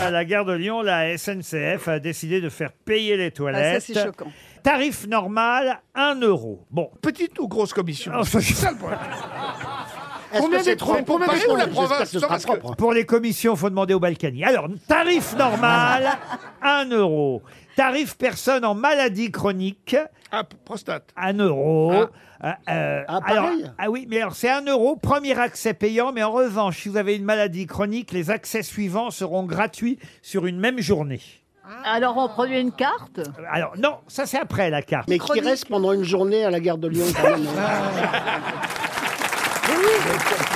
à la gare de Lyon, la SNCF a décidé de faire payer les toilettes. c'est choquant. Tarif normal, 1 euro. Bon. Petite ou grosse commission Ah, ça, C'est ça le problème. Est-ce Combien que c'est des trous- propre combien des Paris, trous la j'espère province que ce Non, sera parce que- propre. Pour les commissions, faut demander au Balkany. Alors, tarif normal, 1 euro. Tarif personne en maladie chronique, Ah, p- prostate. 1 euro. Euh, euh, Ah, alors, pareil. ah oui, mais alors c'est 1 euro, premier accès payant, mais en revanche, si vous avez une maladie chronique, les accès suivants seront gratuits sur une même journée. Alors on produit une carte Alors non, ça c'est après la carte. Mais qui reste pendant une journée à la gare de Lyon quand même. hein.